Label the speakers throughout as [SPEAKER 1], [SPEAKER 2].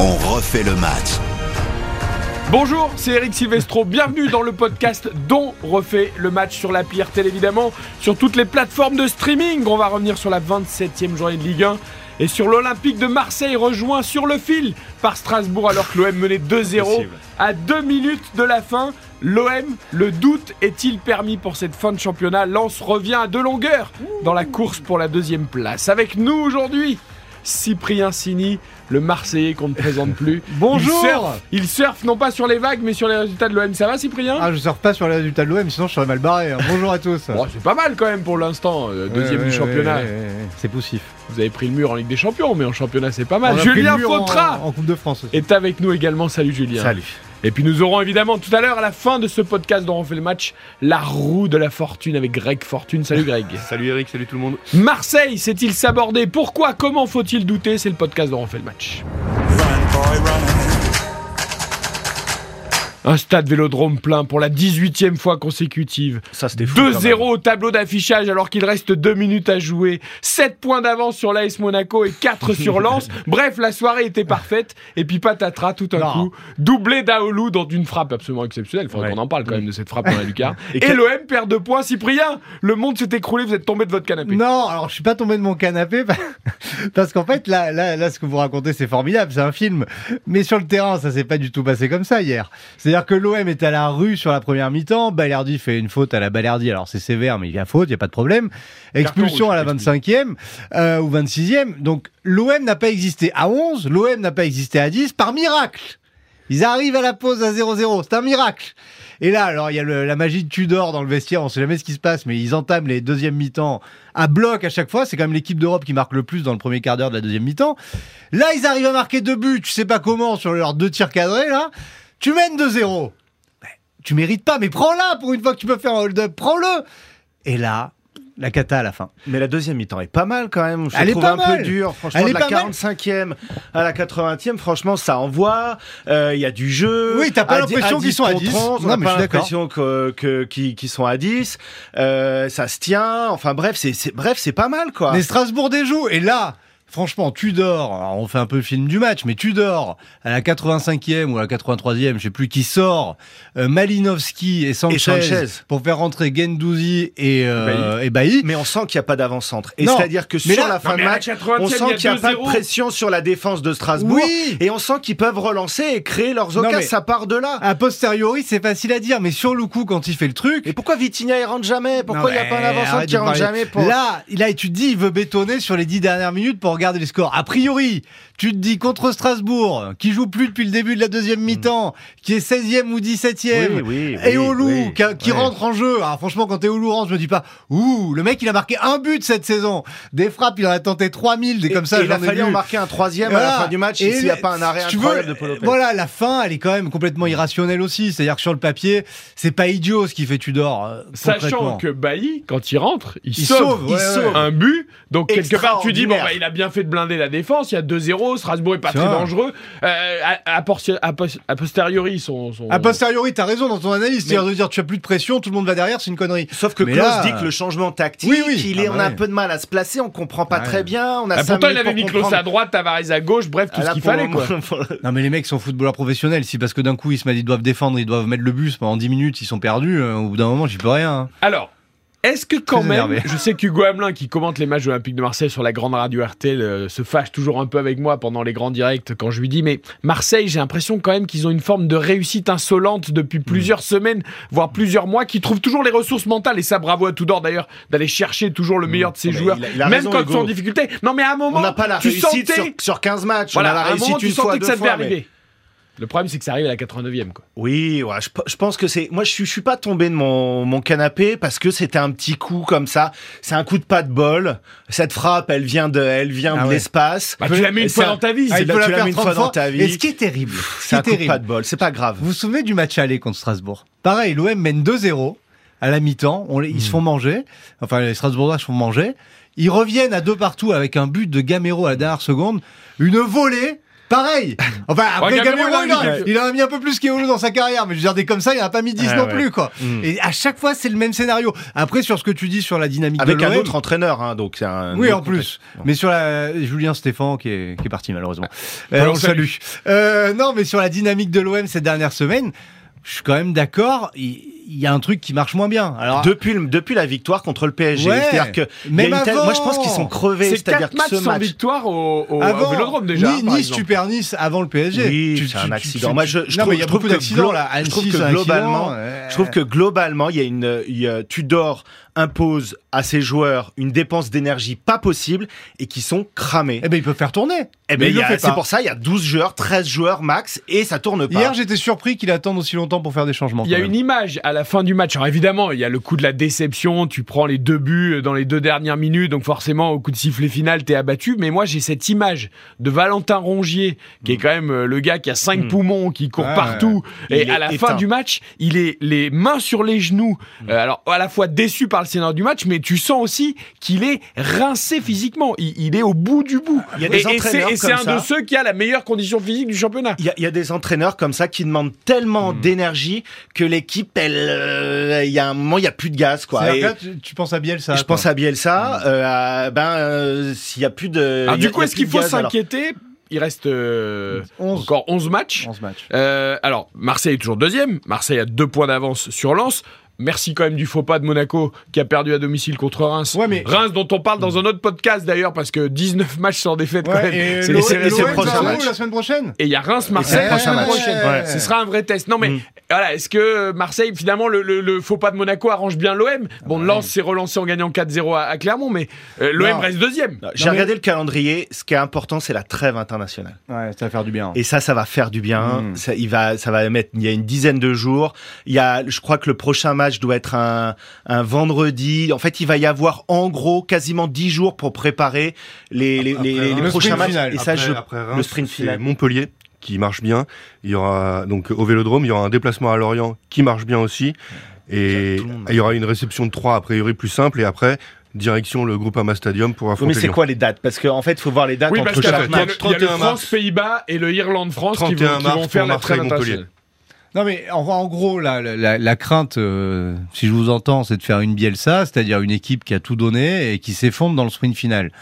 [SPEAKER 1] On refait le match.
[SPEAKER 2] Bonjour, c'est Eric Silvestro. Bienvenue dans le podcast dont refait le match sur l'appli RTL évidemment, sur toutes les plateformes de streaming. On va revenir sur la 27e journée de Ligue 1 et sur l'Olympique de Marseille rejoint sur le fil par Strasbourg alors que l'OM menait 2-0
[SPEAKER 3] Impossible.
[SPEAKER 2] à deux minutes de la fin. L'OM, le doute est-il permis pour cette fin de championnat Lens revient à deux longueurs dans la course pour la deuxième place. Avec nous aujourd'hui, Cyprien Sini, le Marseillais qu'on ne présente plus.
[SPEAKER 4] Bonjour.
[SPEAKER 2] Il surfe, il surfe non pas sur les vagues mais sur les résultats de l'OM. Ça va Cyprien
[SPEAKER 4] Ah, je sors pas sur les résultats de l'OM, sinon je serais mal barré. hein. Bonjour à tous.
[SPEAKER 2] Bon, c'est pas mal quand même pour l'instant, euh, deuxième du
[SPEAKER 4] Ouais, ouais,
[SPEAKER 2] championnat.
[SPEAKER 4] ouais, ouais, ouais. C'est poussif.
[SPEAKER 2] Vous avez pris le mur en Ligue des Champions, mais en championnat c'est pas
[SPEAKER 4] On a
[SPEAKER 2] mal.
[SPEAKER 4] pris
[SPEAKER 2] Julien
[SPEAKER 4] le mur en-
[SPEAKER 2] Fautra Eh
[SPEAKER 4] en, Coupe de France aussi.
[SPEAKER 2] est avec nous également. Salut Julien.
[SPEAKER 3] Salut.
[SPEAKER 2] Et puis nous aurons évidemment tout à l'heure, à la fin de ce podcast dont on fait le match, la roue de la fortune avec Greg Fortune. Salut Greg.
[SPEAKER 3] Salut Eric, salut tout le monde.
[SPEAKER 2] Marseille s'est-il sabordé Pourquoi Comment faut-il douter C'est le podcast dont on fait le match. Un stade vélodrome plein pour la 18e fois consécutive.
[SPEAKER 3] Ça c'était fou.
[SPEAKER 2] 2-0 au tableau d'affichage alors qu'il reste 2 minutes à jouer. 7 points d'avance sur l'AS Monaco et 4 sur Lens. Bref, la soirée était parfaite. Et puis patatras, tout un
[SPEAKER 4] Non.
[SPEAKER 2] coup. Doublé d'Aoulou dans une frappe absolument exceptionnelle. Faudrait
[SPEAKER 3] Ouais.
[SPEAKER 2] qu'on en parle quand même de cette frappe dans la lucarne.
[SPEAKER 3] Et
[SPEAKER 2] Et,
[SPEAKER 3] quel-
[SPEAKER 2] l'OM perd 2 points. Cyprien, le monde s'est écroulé, vous êtes tombé de votre canapé.
[SPEAKER 4] Non, alors je suis pas tombé de mon canapé parce qu'en fait là, là, là, ce que vous racontez c'est formidable, c'est un film. Mais sur le terrain, ça s'est pas du tout passé comme ça hier. C'est-à-dire que l'OM est à la rue sur la première mi-temps, Balerdi fait une faute à la Balerdi, alors c'est sévère, mais il y a faute, il y a pas de problème. Expulsion
[SPEAKER 2] rouge,
[SPEAKER 4] à la 25e euh, ou 26e. Donc l'OM n'a pas existé à 11, l'OM n'a pas existé à 10 par miracle. Ils arrivent à la pause à 0-0, c'est un miracle. Et là, alors il y a le- la magie de Tudor dans le vestiaire, on sait jamais ce qui se passe, mais ils entament les deuxièmes mi-temps à bloc à chaque fois. C'est quand même l'équipe d'Europe qui marque le plus dans le premier quart d'heure de la deuxième mi-temps. Là, ils arrivent à marquer deux buts, tu sais pas comment, sur leurs deux tirs cadrés, là. Tu mènes 2-0. Ben, tu mérites pas, mais prends-la pour une fois que tu peux faire un hold-up, prends-le. Et là, la cata à la fin.
[SPEAKER 5] Mais la deuxième mi-temps est pas mal quand même. Je
[SPEAKER 4] Elle est
[SPEAKER 5] trouve
[SPEAKER 4] pas
[SPEAKER 5] un
[SPEAKER 4] mal.
[SPEAKER 5] peu dure. Franchement,
[SPEAKER 4] Elle est
[SPEAKER 5] de la
[SPEAKER 4] pas mal.
[SPEAKER 5] 45e à la 80e, franchement, ça envoie. Euh, Il y a du jeu.
[SPEAKER 4] Oui, t'as pas
[SPEAKER 5] À dix-
[SPEAKER 4] l'impression
[SPEAKER 5] à
[SPEAKER 4] qu'ils
[SPEAKER 5] 10
[SPEAKER 4] sont à
[SPEAKER 5] contre
[SPEAKER 4] 10.
[SPEAKER 5] 11, on
[SPEAKER 4] Non,
[SPEAKER 5] a
[SPEAKER 4] mais je
[SPEAKER 5] pas
[SPEAKER 4] suis d'accord.
[SPEAKER 5] l'impression que, que- qui, qui sont à 10. Euh, ça se tient. Enfin bref, c'est c'est- bref, c'est pas mal quoi.
[SPEAKER 4] Mais Strasbourg déjoue. Et là, franchement, Tudor, alors on fait un peu le film du match, mais Tudor, à la 85e ou à la 83e, je sais plus qui sort, euh, Malinowski et Sanchez,
[SPEAKER 5] Et Sanchez.
[SPEAKER 4] pour faire rentrer Gendouzi et, euh, et Bailly.
[SPEAKER 5] Mais on sent qu'il n'y a pas d'avant-centre. Et
[SPEAKER 4] Non.
[SPEAKER 5] c'est-à-dire que
[SPEAKER 4] Mais
[SPEAKER 5] sur
[SPEAKER 4] là-
[SPEAKER 5] la fin
[SPEAKER 2] Non, mais
[SPEAKER 5] de
[SPEAKER 2] à la
[SPEAKER 5] match,
[SPEAKER 2] 80e,
[SPEAKER 5] on
[SPEAKER 2] il y
[SPEAKER 5] sent
[SPEAKER 2] a
[SPEAKER 5] qu'il n'y a pas de
[SPEAKER 2] 2-0.
[SPEAKER 5] pression sur la défense de Strasbourg.
[SPEAKER 4] Oui.
[SPEAKER 5] Et on sent qu'ils peuvent relancer et créer leurs
[SPEAKER 4] Non,
[SPEAKER 5] occasions.
[SPEAKER 4] mais-
[SPEAKER 5] Ça part de là.
[SPEAKER 4] A posteriori, c'est facile à dire, mais sur le coup, quand il fait le truc,
[SPEAKER 5] Et pourquoi Vitinha il rentre jamais Pourquoi il n'y a
[SPEAKER 4] Non,
[SPEAKER 5] pas un
[SPEAKER 4] mais
[SPEAKER 5] avant-centre
[SPEAKER 4] arrête
[SPEAKER 5] qui
[SPEAKER 4] de
[SPEAKER 5] rentre
[SPEAKER 4] parler.
[SPEAKER 5] jamais pour
[SPEAKER 4] Là, là, tu te dis, il veut bétonner sur les dix dernières minutes pour regarder les scores. A priori, tu te dis contre Strasbourg, qui joue plus depuis le début de la deuxième mi-temps, qui est 16e ou 17e.
[SPEAKER 5] Oui, Hmm. oui,
[SPEAKER 4] et
[SPEAKER 5] oui,
[SPEAKER 4] Olou,
[SPEAKER 5] oui,
[SPEAKER 4] qui, a- qui
[SPEAKER 5] oui.
[SPEAKER 4] rentre en jeu. Alors, franchement, quand t'es Olou rentre, je me dis pas, ouh, le mec, il a marqué un but cette saison. Des frappes, il en a tenté 3000, des
[SPEAKER 5] Et-
[SPEAKER 4] comme ça,
[SPEAKER 5] et il
[SPEAKER 4] j'en
[SPEAKER 5] a
[SPEAKER 4] ai
[SPEAKER 5] fallu en
[SPEAKER 4] vu.
[SPEAKER 5] marquer un troisième à la
[SPEAKER 4] Voilà.
[SPEAKER 5] fin du match
[SPEAKER 4] Et
[SPEAKER 5] s'il n'y a
[SPEAKER 4] le-
[SPEAKER 5] pas un arrêt
[SPEAKER 4] si tu
[SPEAKER 5] incroyable
[SPEAKER 4] veux,
[SPEAKER 5] de Paul Lopez.
[SPEAKER 4] Voilà, la fin, elle est quand même complètement irrationnelle aussi. C'est-à-dire que sur le papier, c'est pas idiot ce qui fait Tudor. euh, concrètement.
[SPEAKER 2] Sachant que Bailly, quand il rentre, il,
[SPEAKER 4] Il
[SPEAKER 2] sauve,
[SPEAKER 4] sauve,
[SPEAKER 2] il
[SPEAKER 4] ouais,
[SPEAKER 2] sauve
[SPEAKER 4] ouais.
[SPEAKER 2] un but. Donc quelque part, tu dis bon,
[SPEAKER 5] Extraordinaire.
[SPEAKER 2] bah, il a bien fait de blinder la défense. Il y a 2-0, Strasbourg est pas
[SPEAKER 4] C'est
[SPEAKER 2] très
[SPEAKER 4] vrai.
[SPEAKER 2] dangereux. Euh, à, à porti- à pos- à posteriori, son, son-
[SPEAKER 4] A posteriori, t'as raison dans ton analyse. C'est-à-dire de dire tu as plus de pression, tout le monde va derrière, c'est une connerie.
[SPEAKER 5] Sauf que
[SPEAKER 4] Mais
[SPEAKER 5] Klaus
[SPEAKER 4] là,
[SPEAKER 5] dit que le changement tactique,
[SPEAKER 4] Oui, oui.
[SPEAKER 5] il est,
[SPEAKER 4] Ah bah
[SPEAKER 5] on a un
[SPEAKER 4] oui.
[SPEAKER 5] peu de mal à se placer, on comprend pas
[SPEAKER 4] Ouais.
[SPEAKER 5] très bien. On
[SPEAKER 2] Ah,
[SPEAKER 5] a cinq
[SPEAKER 2] pourtant, il
[SPEAKER 5] minutes
[SPEAKER 2] avait
[SPEAKER 5] pour
[SPEAKER 2] mis Klaus à
[SPEAKER 5] comprendre.
[SPEAKER 2] droite, Tavares à gauche, bref, tout
[SPEAKER 5] Ah, là,
[SPEAKER 2] ce qu'il
[SPEAKER 5] pour le
[SPEAKER 2] fallait. Quoi.
[SPEAKER 5] moment, pour le-
[SPEAKER 4] Non mais les mecs sont footballeurs professionnels. Si parce que d'un coup ils se mettent, ils doivent défendre, ils doivent mettre le bus, mais en 10 minutes ils sont perdus. euh, Au bout d'un moment, j'y peux rien. hein.
[SPEAKER 2] Alors, est-ce que quand
[SPEAKER 4] Très
[SPEAKER 2] même,
[SPEAKER 4] énervé.
[SPEAKER 2] je sais qu'Hugo Hamelin, qui commente les matchs olympiques de Marseille sur la grande radio RTL, euh, se fâche toujours un peu avec moi pendant les grands directs quand je lui dis, mais Marseille, j'ai l'impression quand même qu'ils ont une forme de réussite insolente depuis plusieurs
[SPEAKER 5] Hmm.
[SPEAKER 2] semaines, voire plusieurs mois, qui trouvent toujours les ressources mentales, et ça bravo à Tudor d'ailleurs, d'aller chercher toujours le meilleur de ses
[SPEAKER 5] Hmm. Mais
[SPEAKER 2] joueurs,
[SPEAKER 5] il a- il a
[SPEAKER 2] même
[SPEAKER 5] raison,
[SPEAKER 2] quand ils
[SPEAKER 5] Hugo.
[SPEAKER 2] sont en difficulté. Non mais à un moment,
[SPEAKER 5] On n'a pas la
[SPEAKER 2] tu
[SPEAKER 5] réussite
[SPEAKER 2] sentais,
[SPEAKER 5] sur, sur 15 matchs.
[SPEAKER 2] voilà,
[SPEAKER 5] on a la
[SPEAKER 2] à un
[SPEAKER 5] réussite
[SPEAKER 2] moment, tu
[SPEAKER 5] une
[SPEAKER 2] sentais
[SPEAKER 5] fois,
[SPEAKER 2] que
[SPEAKER 5] deux
[SPEAKER 2] ça devait
[SPEAKER 5] fois, mais-
[SPEAKER 2] arriver. Le problème, c'est que ça arrive à la 89e. Quoi.
[SPEAKER 5] Oui, ouais, je, je pense que c'est. Moi, je suis, je suis pas tombé de mon, mon canapé parce que c'était un petit coup comme ça. C'est un coup de pas de bol. Cette frappe, elle vient de, elle vient
[SPEAKER 4] Ah
[SPEAKER 5] de
[SPEAKER 4] ouais.
[SPEAKER 5] l'espace.
[SPEAKER 2] Bah, tu l'as mis une
[SPEAKER 5] C'est
[SPEAKER 2] fois
[SPEAKER 5] un-
[SPEAKER 2] dans ta vie.
[SPEAKER 5] Ah,
[SPEAKER 2] c'est
[SPEAKER 5] il
[SPEAKER 2] de
[SPEAKER 5] a-
[SPEAKER 2] la-
[SPEAKER 5] tu l'as mis une fois dans ta vie.
[SPEAKER 4] Et ce qui est terrible, ce qui
[SPEAKER 5] C'est
[SPEAKER 4] est
[SPEAKER 5] un coup de
[SPEAKER 4] terrible.
[SPEAKER 5] pas de bol. C'est pas grave.
[SPEAKER 4] Vous vous souvenez du match aller contre Strasbourg Pareil, l'OM mène 2-0 à la mi-temps. On les- Ils
[SPEAKER 5] Hmm.
[SPEAKER 4] se font manger. Enfin, les Strasbourgeois se font manger. Ils reviennent à deux partout avec un but de Gamero à la dernière seconde. Une volée. Pareil. Enfin, après
[SPEAKER 2] Ouais, Gamero,
[SPEAKER 4] Gamero,
[SPEAKER 2] il
[SPEAKER 4] il,
[SPEAKER 2] a
[SPEAKER 4] en-
[SPEAKER 2] mis-
[SPEAKER 4] il en a mis un peu plus qu'Eolo dans sa carrière, mais je veux dire, des comme ça, il en a pas mis 10
[SPEAKER 5] Ah
[SPEAKER 4] non
[SPEAKER 5] ouais.
[SPEAKER 4] plus, quoi.
[SPEAKER 5] Mm.
[SPEAKER 4] Et à chaque fois, c'est le même scénario. Après, sur ce que tu dis sur la dynamique
[SPEAKER 5] Avec
[SPEAKER 4] de
[SPEAKER 5] un
[SPEAKER 4] l'OM,
[SPEAKER 5] autre entraîneur, hein, donc c'est un
[SPEAKER 4] Oui,
[SPEAKER 5] autre
[SPEAKER 4] en plus.
[SPEAKER 5] contexte. Bon.
[SPEAKER 4] Mais sur la Julien Stéphan qui est, qui est parti malheureusement. Euh,
[SPEAKER 2] Ouais, on
[SPEAKER 4] on salue. Euh, non, mais sur la dynamique de l'OM ces dernières semaines, je suis quand même d'accord. Il il y, a un truc qui marche moins bien.
[SPEAKER 2] Ah.
[SPEAKER 4] Alors
[SPEAKER 5] Depuis, le- depuis la victoire contre le PSG,
[SPEAKER 4] Ouais.
[SPEAKER 5] c'est-à-dire que il y a
[SPEAKER 4] Même
[SPEAKER 5] une telle-
[SPEAKER 4] avant.
[SPEAKER 5] moi je pense qu'ils sont crevés,
[SPEAKER 2] C'est 4
[SPEAKER 5] c'est-à-dire que ce
[SPEAKER 2] matchs sans
[SPEAKER 5] match,
[SPEAKER 2] victoire au, au, au
[SPEAKER 4] avant
[SPEAKER 2] Vélodrome déjà. hein,
[SPEAKER 4] Ni-
[SPEAKER 2] par
[SPEAKER 4] Nice,
[SPEAKER 2] exemple.
[SPEAKER 4] Super Nice avant le PSG.
[SPEAKER 5] Oui,
[SPEAKER 4] Tu-
[SPEAKER 5] c'est
[SPEAKER 4] tu-
[SPEAKER 5] un
[SPEAKER 4] tu-
[SPEAKER 5] accident.
[SPEAKER 4] tu-
[SPEAKER 5] Moi, je- je
[SPEAKER 4] Non,
[SPEAKER 5] trouve-
[SPEAKER 4] mais il y a
[SPEAKER 5] je trouve
[SPEAKER 4] beaucoup
[SPEAKER 5] que
[SPEAKER 4] d'accidents
[SPEAKER 5] glo-
[SPEAKER 4] là.
[SPEAKER 5] je trouve
[SPEAKER 4] Annecy,
[SPEAKER 5] que
[SPEAKER 4] c'est un accident.
[SPEAKER 5] globalement,
[SPEAKER 4] Euh,
[SPEAKER 5] Je trouve que globalement, il y a une, euh, il y a- Tudor impose à ses joueurs une dépense d'énergie pas possible et qui sont cramés.
[SPEAKER 4] eh ben, il peut faire tourner.
[SPEAKER 5] Eh
[SPEAKER 4] mais
[SPEAKER 5] ben,
[SPEAKER 4] il
[SPEAKER 5] il y
[SPEAKER 4] le
[SPEAKER 5] a-
[SPEAKER 4] fait
[SPEAKER 5] c'est
[SPEAKER 4] pas.
[SPEAKER 5] pour ça, il y a 12 joueurs, 13 joueurs max et ça tourne pas.
[SPEAKER 4] Hier, j'étais surpris qu'il attende aussi longtemps pour faire des changements.
[SPEAKER 2] Il y a
[SPEAKER 4] quand
[SPEAKER 2] une
[SPEAKER 4] même.
[SPEAKER 2] image à la fin du match. Alors évidemment, il y a le coup de la déception. Tu prends les deux buts euh, dans les deux dernières minutes. Donc forcément, au coup de sifflet final, t'es abattu. Mais moi, j'ai cette image de Valentin Rongier, qui est
[SPEAKER 5] Mm.
[SPEAKER 2] quand même euh, le gars qui a cinq poumons, qui court
[SPEAKER 4] Ouais.
[SPEAKER 2] partout. Et
[SPEAKER 5] Il
[SPEAKER 2] à
[SPEAKER 5] est
[SPEAKER 2] la fin
[SPEAKER 5] éteint. Mm.
[SPEAKER 2] du match, il est les mains sur les genoux. Euh, alors à la fois déçu par le scénario du match, mais tu sens aussi qu'il est rincé physiquement. Il, il est au bout du bout.
[SPEAKER 5] Il y a des
[SPEAKER 2] Et- et c'est-
[SPEAKER 5] entraîneurs
[SPEAKER 2] et c'est
[SPEAKER 5] comme
[SPEAKER 2] un
[SPEAKER 5] ça.
[SPEAKER 2] de ceux qui a la meilleure condition physique du championnat.
[SPEAKER 5] Il y, a, il y a des entraîneurs comme ça qui demandent tellement d'énergie que l'équipe, elle, euh, il y a un moment, il y a plus de gaz, quoi.
[SPEAKER 4] C'est-à-dire
[SPEAKER 5] Et-
[SPEAKER 4] que là, tu, tu penses à Bielsa.
[SPEAKER 5] et je
[SPEAKER 4] quoi.
[SPEAKER 5] pense à Bielsa, euh, à- ben, euh, s'il y a plus de.
[SPEAKER 4] Ah,
[SPEAKER 2] Alors,
[SPEAKER 5] il y a-
[SPEAKER 2] du coup,
[SPEAKER 5] il y a
[SPEAKER 2] est-ce
[SPEAKER 5] plus
[SPEAKER 2] qu'il
[SPEAKER 5] de
[SPEAKER 2] faut
[SPEAKER 5] gaz, alors. Mm.
[SPEAKER 2] s'inquiéter Il reste euh,
[SPEAKER 4] 11.
[SPEAKER 2] encore 11 matchs.
[SPEAKER 4] 11 matchs.
[SPEAKER 2] Euh, alors, Marseille est toujours deuxième. Marseille a deux points d'avance sur Lens. Merci quand même du faux pas de Monaco qui a perdu à domicile contre Reims.
[SPEAKER 4] Ouais, mais-
[SPEAKER 2] Reims dont on parle dans un autre podcast d'ailleurs parce que 19 matchs sans défaite quand
[SPEAKER 4] Ouais,
[SPEAKER 2] même.
[SPEAKER 4] et
[SPEAKER 2] C'est-
[SPEAKER 4] l'O-
[SPEAKER 2] c'est-
[SPEAKER 5] et
[SPEAKER 2] c'est le
[SPEAKER 4] l'OM,
[SPEAKER 2] prochain
[SPEAKER 4] ça
[SPEAKER 5] match.
[SPEAKER 4] roule la semaine prochaine.
[SPEAKER 2] Et il y a
[SPEAKER 4] Ah,
[SPEAKER 2] Reims-Marseille
[SPEAKER 5] Et
[SPEAKER 2] la
[SPEAKER 5] c'est le
[SPEAKER 2] semaine
[SPEAKER 5] prochain
[SPEAKER 2] prochaine.
[SPEAKER 4] match. Ouais.
[SPEAKER 2] Ce sera un vrai test. Non mais
[SPEAKER 5] Mm.
[SPEAKER 2] voilà, est-ce que Marseille finalement le, le- le faux pas de Monaco arrange bien l'OM Bon, Lens s'est relancé en gagnant 4-0 à, à Clermont, mais euh, l'OM
[SPEAKER 4] Non.
[SPEAKER 2] reste deuxième.
[SPEAKER 5] J'ai
[SPEAKER 4] Non, mais-
[SPEAKER 5] regardé le calendrier. Ce qui est important, c'est la trêve internationale.
[SPEAKER 4] Ouais, ça va faire du bien.
[SPEAKER 5] Et ça, ça va faire du bien.
[SPEAKER 4] Mm.
[SPEAKER 5] Ça, il va, ça va mettre. Il y a une dizaine de jours. Il y a, je crois que le prochain match doit être un, un vendredi. En fait, il va y avoir en gros quasiment 10 jours pour préparer les, les, les- les
[SPEAKER 4] le
[SPEAKER 5] prochains
[SPEAKER 4] sprint
[SPEAKER 5] matchs.
[SPEAKER 4] final.
[SPEAKER 5] Et ça,
[SPEAKER 3] Après-
[SPEAKER 5] je-
[SPEAKER 3] après Reims,
[SPEAKER 5] le sprint
[SPEAKER 3] c'est
[SPEAKER 5] final.
[SPEAKER 3] Montpellier qui marche bien. Il y aura donc au Vélodrome, il y aura un déplacement à Lorient qui marche bien aussi. Et
[SPEAKER 5] Tout le monde marche.
[SPEAKER 3] il y aura une réception de 3 a priori plus simple. Et après, direction le groupe Ama Stadium
[SPEAKER 5] Oui,
[SPEAKER 3] pour
[SPEAKER 5] mais
[SPEAKER 3] affronter.
[SPEAKER 5] c'est
[SPEAKER 3] Lyon.
[SPEAKER 5] quoi les dates Parce qu'en fait, il faut voir les dates
[SPEAKER 2] Oui, parce
[SPEAKER 5] entre
[SPEAKER 2] qu'il y a
[SPEAKER 5] chaque
[SPEAKER 3] fait.
[SPEAKER 2] il y a
[SPEAKER 5] match.
[SPEAKER 2] le, il y a le
[SPEAKER 3] 31 mars.
[SPEAKER 2] France-Pays-Bas et le Irlande-France qui vont,
[SPEAKER 3] 31
[SPEAKER 2] qui
[SPEAKER 3] mars
[SPEAKER 2] vont faire
[SPEAKER 3] pour
[SPEAKER 2] la trêve
[SPEAKER 3] Marseille-Montpellier.
[SPEAKER 2] internationale.
[SPEAKER 4] Non, mais en, en gros, la, la- la- la crainte, euh, si je vous entends, c'est de faire une Bielsa, c'est-à-dire une équipe qui a tout donné et qui s'effondre dans le sprint final.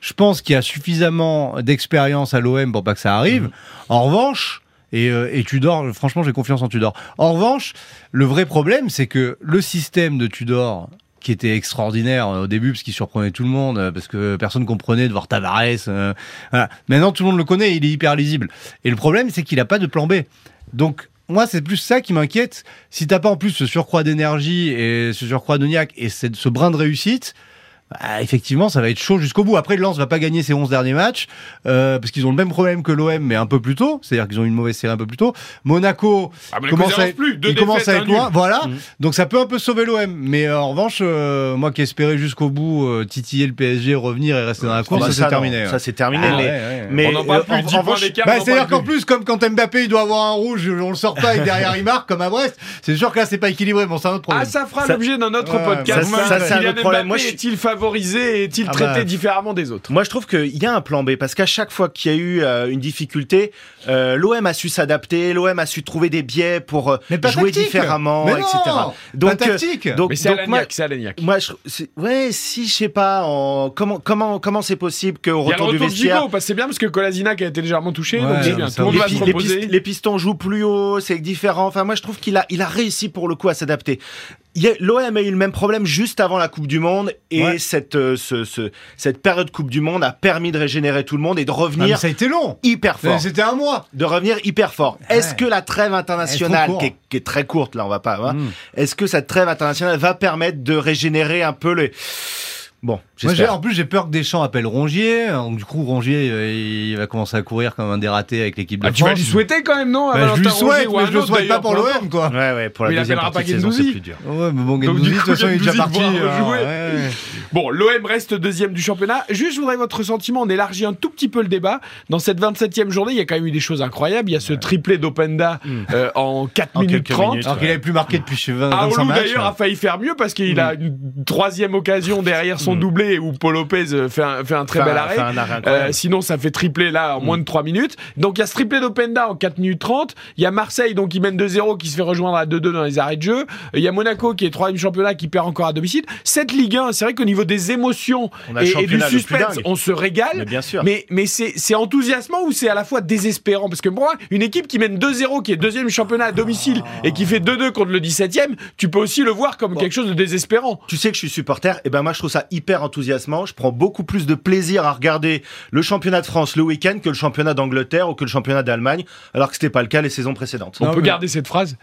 [SPEAKER 4] Je pense qu'il y a suffisamment d'expérience à l'OM pour pas que ça arrive. En revanche, et, euh, et Tudor, franchement, j'ai confiance en Tudor. En revanche, le vrai problème, c'est que le système de Tudor qui était extraordinaire euh, au début parce qu'il surprenait tout le monde euh, parce que personne comprenait de voir Tavares euh, voilà. maintenant tout le monde le connaît il est hyper lisible et le problème c'est qu'il n'a pas de plan B donc moi, c'est plus ça qui m'inquiète. Si t'as pas en plus ce surcroît d'énergie et ce surcroît d'ognac et ce ce brin de réussite, bah, effectivement, ça va être chaud jusqu'au bout. Après, Lens va pas gagner ses 11 derniers matchs euh, parce qu'ils ont le même problème que l'OM, mais un peu plus tôt. C'est-à-dire qu'ils ont eu une mauvaise série un peu plus tôt. Monaco
[SPEAKER 2] Ah, mais les
[SPEAKER 4] commence
[SPEAKER 2] Cousins
[SPEAKER 4] à
[SPEAKER 2] avancent
[SPEAKER 4] être,
[SPEAKER 2] plus, deux
[SPEAKER 4] il commence à
[SPEAKER 2] défaites,
[SPEAKER 4] être
[SPEAKER 2] un Mmh.
[SPEAKER 4] loin. Voilà.
[SPEAKER 5] Mhm.
[SPEAKER 4] Donc ça peut un peu sauver l'OM. Mais euh, en revanche, euh, moi qui espérais jusqu'au bout euh, titiller le PSG, revenir et rester dans la
[SPEAKER 5] Ah
[SPEAKER 4] course,
[SPEAKER 5] bah,
[SPEAKER 4] ça c'est
[SPEAKER 5] non.
[SPEAKER 4] terminé.
[SPEAKER 5] Ça, c'est terminé.
[SPEAKER 4] Ah,
[SPEAKER 5] mais-
[SPEAKER 4] ouais, ouais, ouais.
[SPEAKER 5] mais
[SPEAKER 2] On en parle plus,
[SPEAKER 5] euh, en-
[SPEAKER 2] 10
[SPEAKER 5] en
[SPEAKER 2] points
[SPEAKER 5] revanche,
[SPEAKER 2] d'écart.
[SPEAKER 4] Bah,
[SPEAKER 2] on en
[SPEAKER 4] C'est-à-dire
[SPEAKER 2] parle
[SPEAKER 4] qu'en plus, comme quand Mbappé il doit avoir un rouge, on le sort pas et derrière il marque comme à Brest. C'est sûr que là c'est pas équilibré, bon c'est un autre
[SPEAKER 2] Ah,
[SPEAKER 4] problème.
[SPEAKER 2] ça fera
[SPEAKER 5] Ça-
[SPEAKER 2] l'objet d'un autre
[SPEAKER 4] Ouais,
[SPEAKER 2] podcast.
[SPEAKER 5] ça, ça, c'est un
[SPEAKER 2] Kylian
[SPEAKER 5] autre problème.
[SPEAKER 2] Mbappé
[SPEAKER 5] Moi, je suis-
[SPEAKER 2] est-il favorisé Est-il
[SPEAKER 4] Ah
[SPEAKER 2] traité
[SPEAKER 4] bah.
[SPEAKER 2] différemment des autres
[SPEAKER 5] Moi, je trouve qu'il y a un plan B parce qu'à chaque fois qu'il y a eu euh, une difficulté, euh, l'OM a su s'adapter, l'OM a su trouver des biais pour euh,
[SPEAKER 4] Mais pas
[SPEAKER 5] jouer
[SPEAKER 4] tactique.
[SPEAKER 5] différemment,
[SPEAKER 4] Mais non,
[SPEAKER 5] etc.
[SPEAKER 4] pas
[SPEAKER 5] Donc, euh,
[SPEAKER 4] tactique.
[SPEAKER 5] donc,
[SPEAKER 2] Mais c'est
[SPEAKER 5] donc, moi,
[SPEAKER 2] Alagnac, c'est Alagnac.
[SPEAKER 5] moi, je, c'est- ouais, si je sais pas, en- comment comment comment c'est possible
[SPEAKER 2] Il y
[SPEAKER 5] qu'au
[SPEAKER 2] a le
[SPEAKER 5] retour du
[SPEAKER 2] retour de
[SPEAKER 5] vestiaire,
[SPEAKER 2] Gigo, parce que c'est bien parce que Kolasinac a été légèrement touché,
[SPEAKER 4] Ouais,
[SPEAKER 2] donc c'est
[SPEAKER 4] mais
[SPEAKER 2] bien.
[SPEAKER 4] ça
[SPEAKER 2] Tout le monde
[SPEAKER 5] les,
[SPEAKER 2] va
[SPEAKER 5] pi-
[SPEAKER 2] se
[SPEAKER 5] les pistes-
[SPEAKER 2] reposer.
[SPEAKER 5] les pistons jouent plus haut, c'est différent. Enfin, moi, je trouve qu'il a il a réussi pour le coup à s'adapter. Il y a- L'OM a eu le même problème juste avant la Coupe du Monde et
[SPEAKER 4] Ouais.
[SPEAKER 5] cette euh, ce- ce- cette période Coupe du Monde a permis de régénérer tout le monde et de
[SPEAKER 4] Ah, mais
[SPEAKER 5] revenir
[SPEAKER 4] ça a été long.
[SPEAKER 5] hyper fort.
[SPEAKER 4] C'était un mois.
[SPEAKER 5] de revenir hyper fort. Est-ce
[SPEAKER 4] Ouais.
[SPEAKER 5] que la trêve
[SPEAKER 4] Elle est
[SPEAKER 5] internationale,
[SPEAKER 4] trop
[SPEAKER 5] qui
[SPEAKER 4] courte.
[SPEAKER 5] est, qui est très courte, là, on va pas, hein,
[SPEAKER 2] Hmm.
[SPEAKER 4] Mm.
[SPEAKER 5] est-ce que cette trêve internationale va permettre de régénérer un peu les. Bon,
[SPEAKER 4] Moi, j'ai-
[SPEAKER 5] j'espère.
[SPEAKER 4] en plus, j'ai peur que Deschamps appelle Rongier. Hein, Donc, du coup, Rongier, euh, il va commencer à courir comme un dératé avec l'équipe de
[SPEAKER 2] Ah,
[SPEAKER 4] France.
[SPEAKER 2] tu vas lui souhaiter quand même, non à
[SPEAKER 4] Bah, je
[SPEAKER 2] Valentin
[SPEAKER 4] lui
[SPEAKER 2] Rongier
[SPEAKER 4] souhaite,
[SPEAKER 2] ou à
[SPEAKER 4] mais
[SPEAKER 2] un
[SPEAKER 4] je le
[SPEAKER 2] autre,
[SPEAKER 4] souhaite pas
[SPEAKER 2] d'ailleurs,
[SPEAKER 4] pour
[SPEAKER 2] peu importe.
[SPEAKER 4] l'OM, quoi.
[SPEAKER 5] Ouais, ouais, pour la
[SPEAKER 2] Mais il
[SPEAKER 5] deuxième
[SPEAKER 2] appellera
[SPEAKER 5] partie
[SPEAKER 2] pas
[SPEAKER 5] de saison, c'est
[SPEAKER 2] Guendouzi.
[SPEAKER 5] plus dur.
[SPEAKER 4] Ouais, mais bon,
[SPEAKER 2] du
[SPEAKER 4] Guendouzi, de toute
[SPEAKER 2] coup,
[SPEAKER 4] façon, il est déjà
[SPEAKER 2] Guendouzi
[SPEAKER 4] parti.
[SPEAKER 2] devra
[SPEAKER 4] alors,
[SPEAKER 2] rejouer.
[SPEAKER 4] ouais.
[SPEAKER 2] Bon, l'OM reste deuxième du championnat. Juste, je voudrais votre sentiment. On élargit un tout petit peu le débat. Dans cette 27e journée, il y a quand même eu des choses incroyables. Il y a ce triplé d'Openda euh, en 4
[SPEAKER 5] Mm. En
[SPEAKER 2] minutes
[SPEAKER 5] quelques
[SPEAKER 2] 30.
[SPEAKER 5] minutes.
[SPEAKER 2] Ah,
[SPEAKER 4] Alors qu'il avait plus marqué depuis 20, 25
[SPEAKER 2] Aoulou
[SPEAKER 4] matchs.
[SPEAKER 5] Mm.
[SPEAKER 2] d'ailleurs a failli faire mieux parce qu'il a une troisième occasion derrière son son doublé où Paul Lopez euh, fait un, fait un très
[SPEAKER 5] Fait
[SPEAKER 2] bel
[SPEAKER 5] un-
[SPEAKER 2] arrêt.
[SPEAKER 5] fait un arrêt incroyable. Mm.
[SPEAKER 2] Euh, sinon, ça fait tripler là en moins de 3 minutes. Donc, il y a ce triplé d'Openda en 4 minutes 30. Il y a Marseille, donc, qui mène 2-0, qui se fait rejoindre à 2-2 dans les arrêts de jeu. Euh, Il y a Monaco, qui est 3 championnat, qui perd encore à domicile. Cette Ligue 1, c'est vrai qu'au niveau des émotions
[SPEAKER 5] On a le
[SPEAKER 2] et, et du
[SPEAKER 5] championnat le plus
[SPEAKER 2] suspense,
[SPEAKER 5] dingue.
[SPEAKER 2] on se régale.
[SPEAKER 5] Mais bien sûr.
[SPEAKER 2] Mais, mais c'est c'est enthousiasmant ou c'est à la fois désespérant Parce que pour moi, une équipe qui mène 2-0, qui est deuxième du championnat à domicile et qui fait 2-2 contre le 17ème, tu peux aussi le voir comme quelque chose de désespérant.
[SPEAKER 5] Tu sais que je suis supporter, et ben moi je trouve ça hyper enthousiasmant. Je prends beaucoup plus de plaisir à regarder le championnat de France le week-end que le championnat d'Angleterre ou que le championnat d'Allemagne, alors que c'était pas le cas les saisons précédentes.
[SPEAKER 2] On
[SPEAKER 4] Non,
[SPEAKER 2] peut
[SPEAKER 4] mais-
[SPEAKER 2] garder cette phrase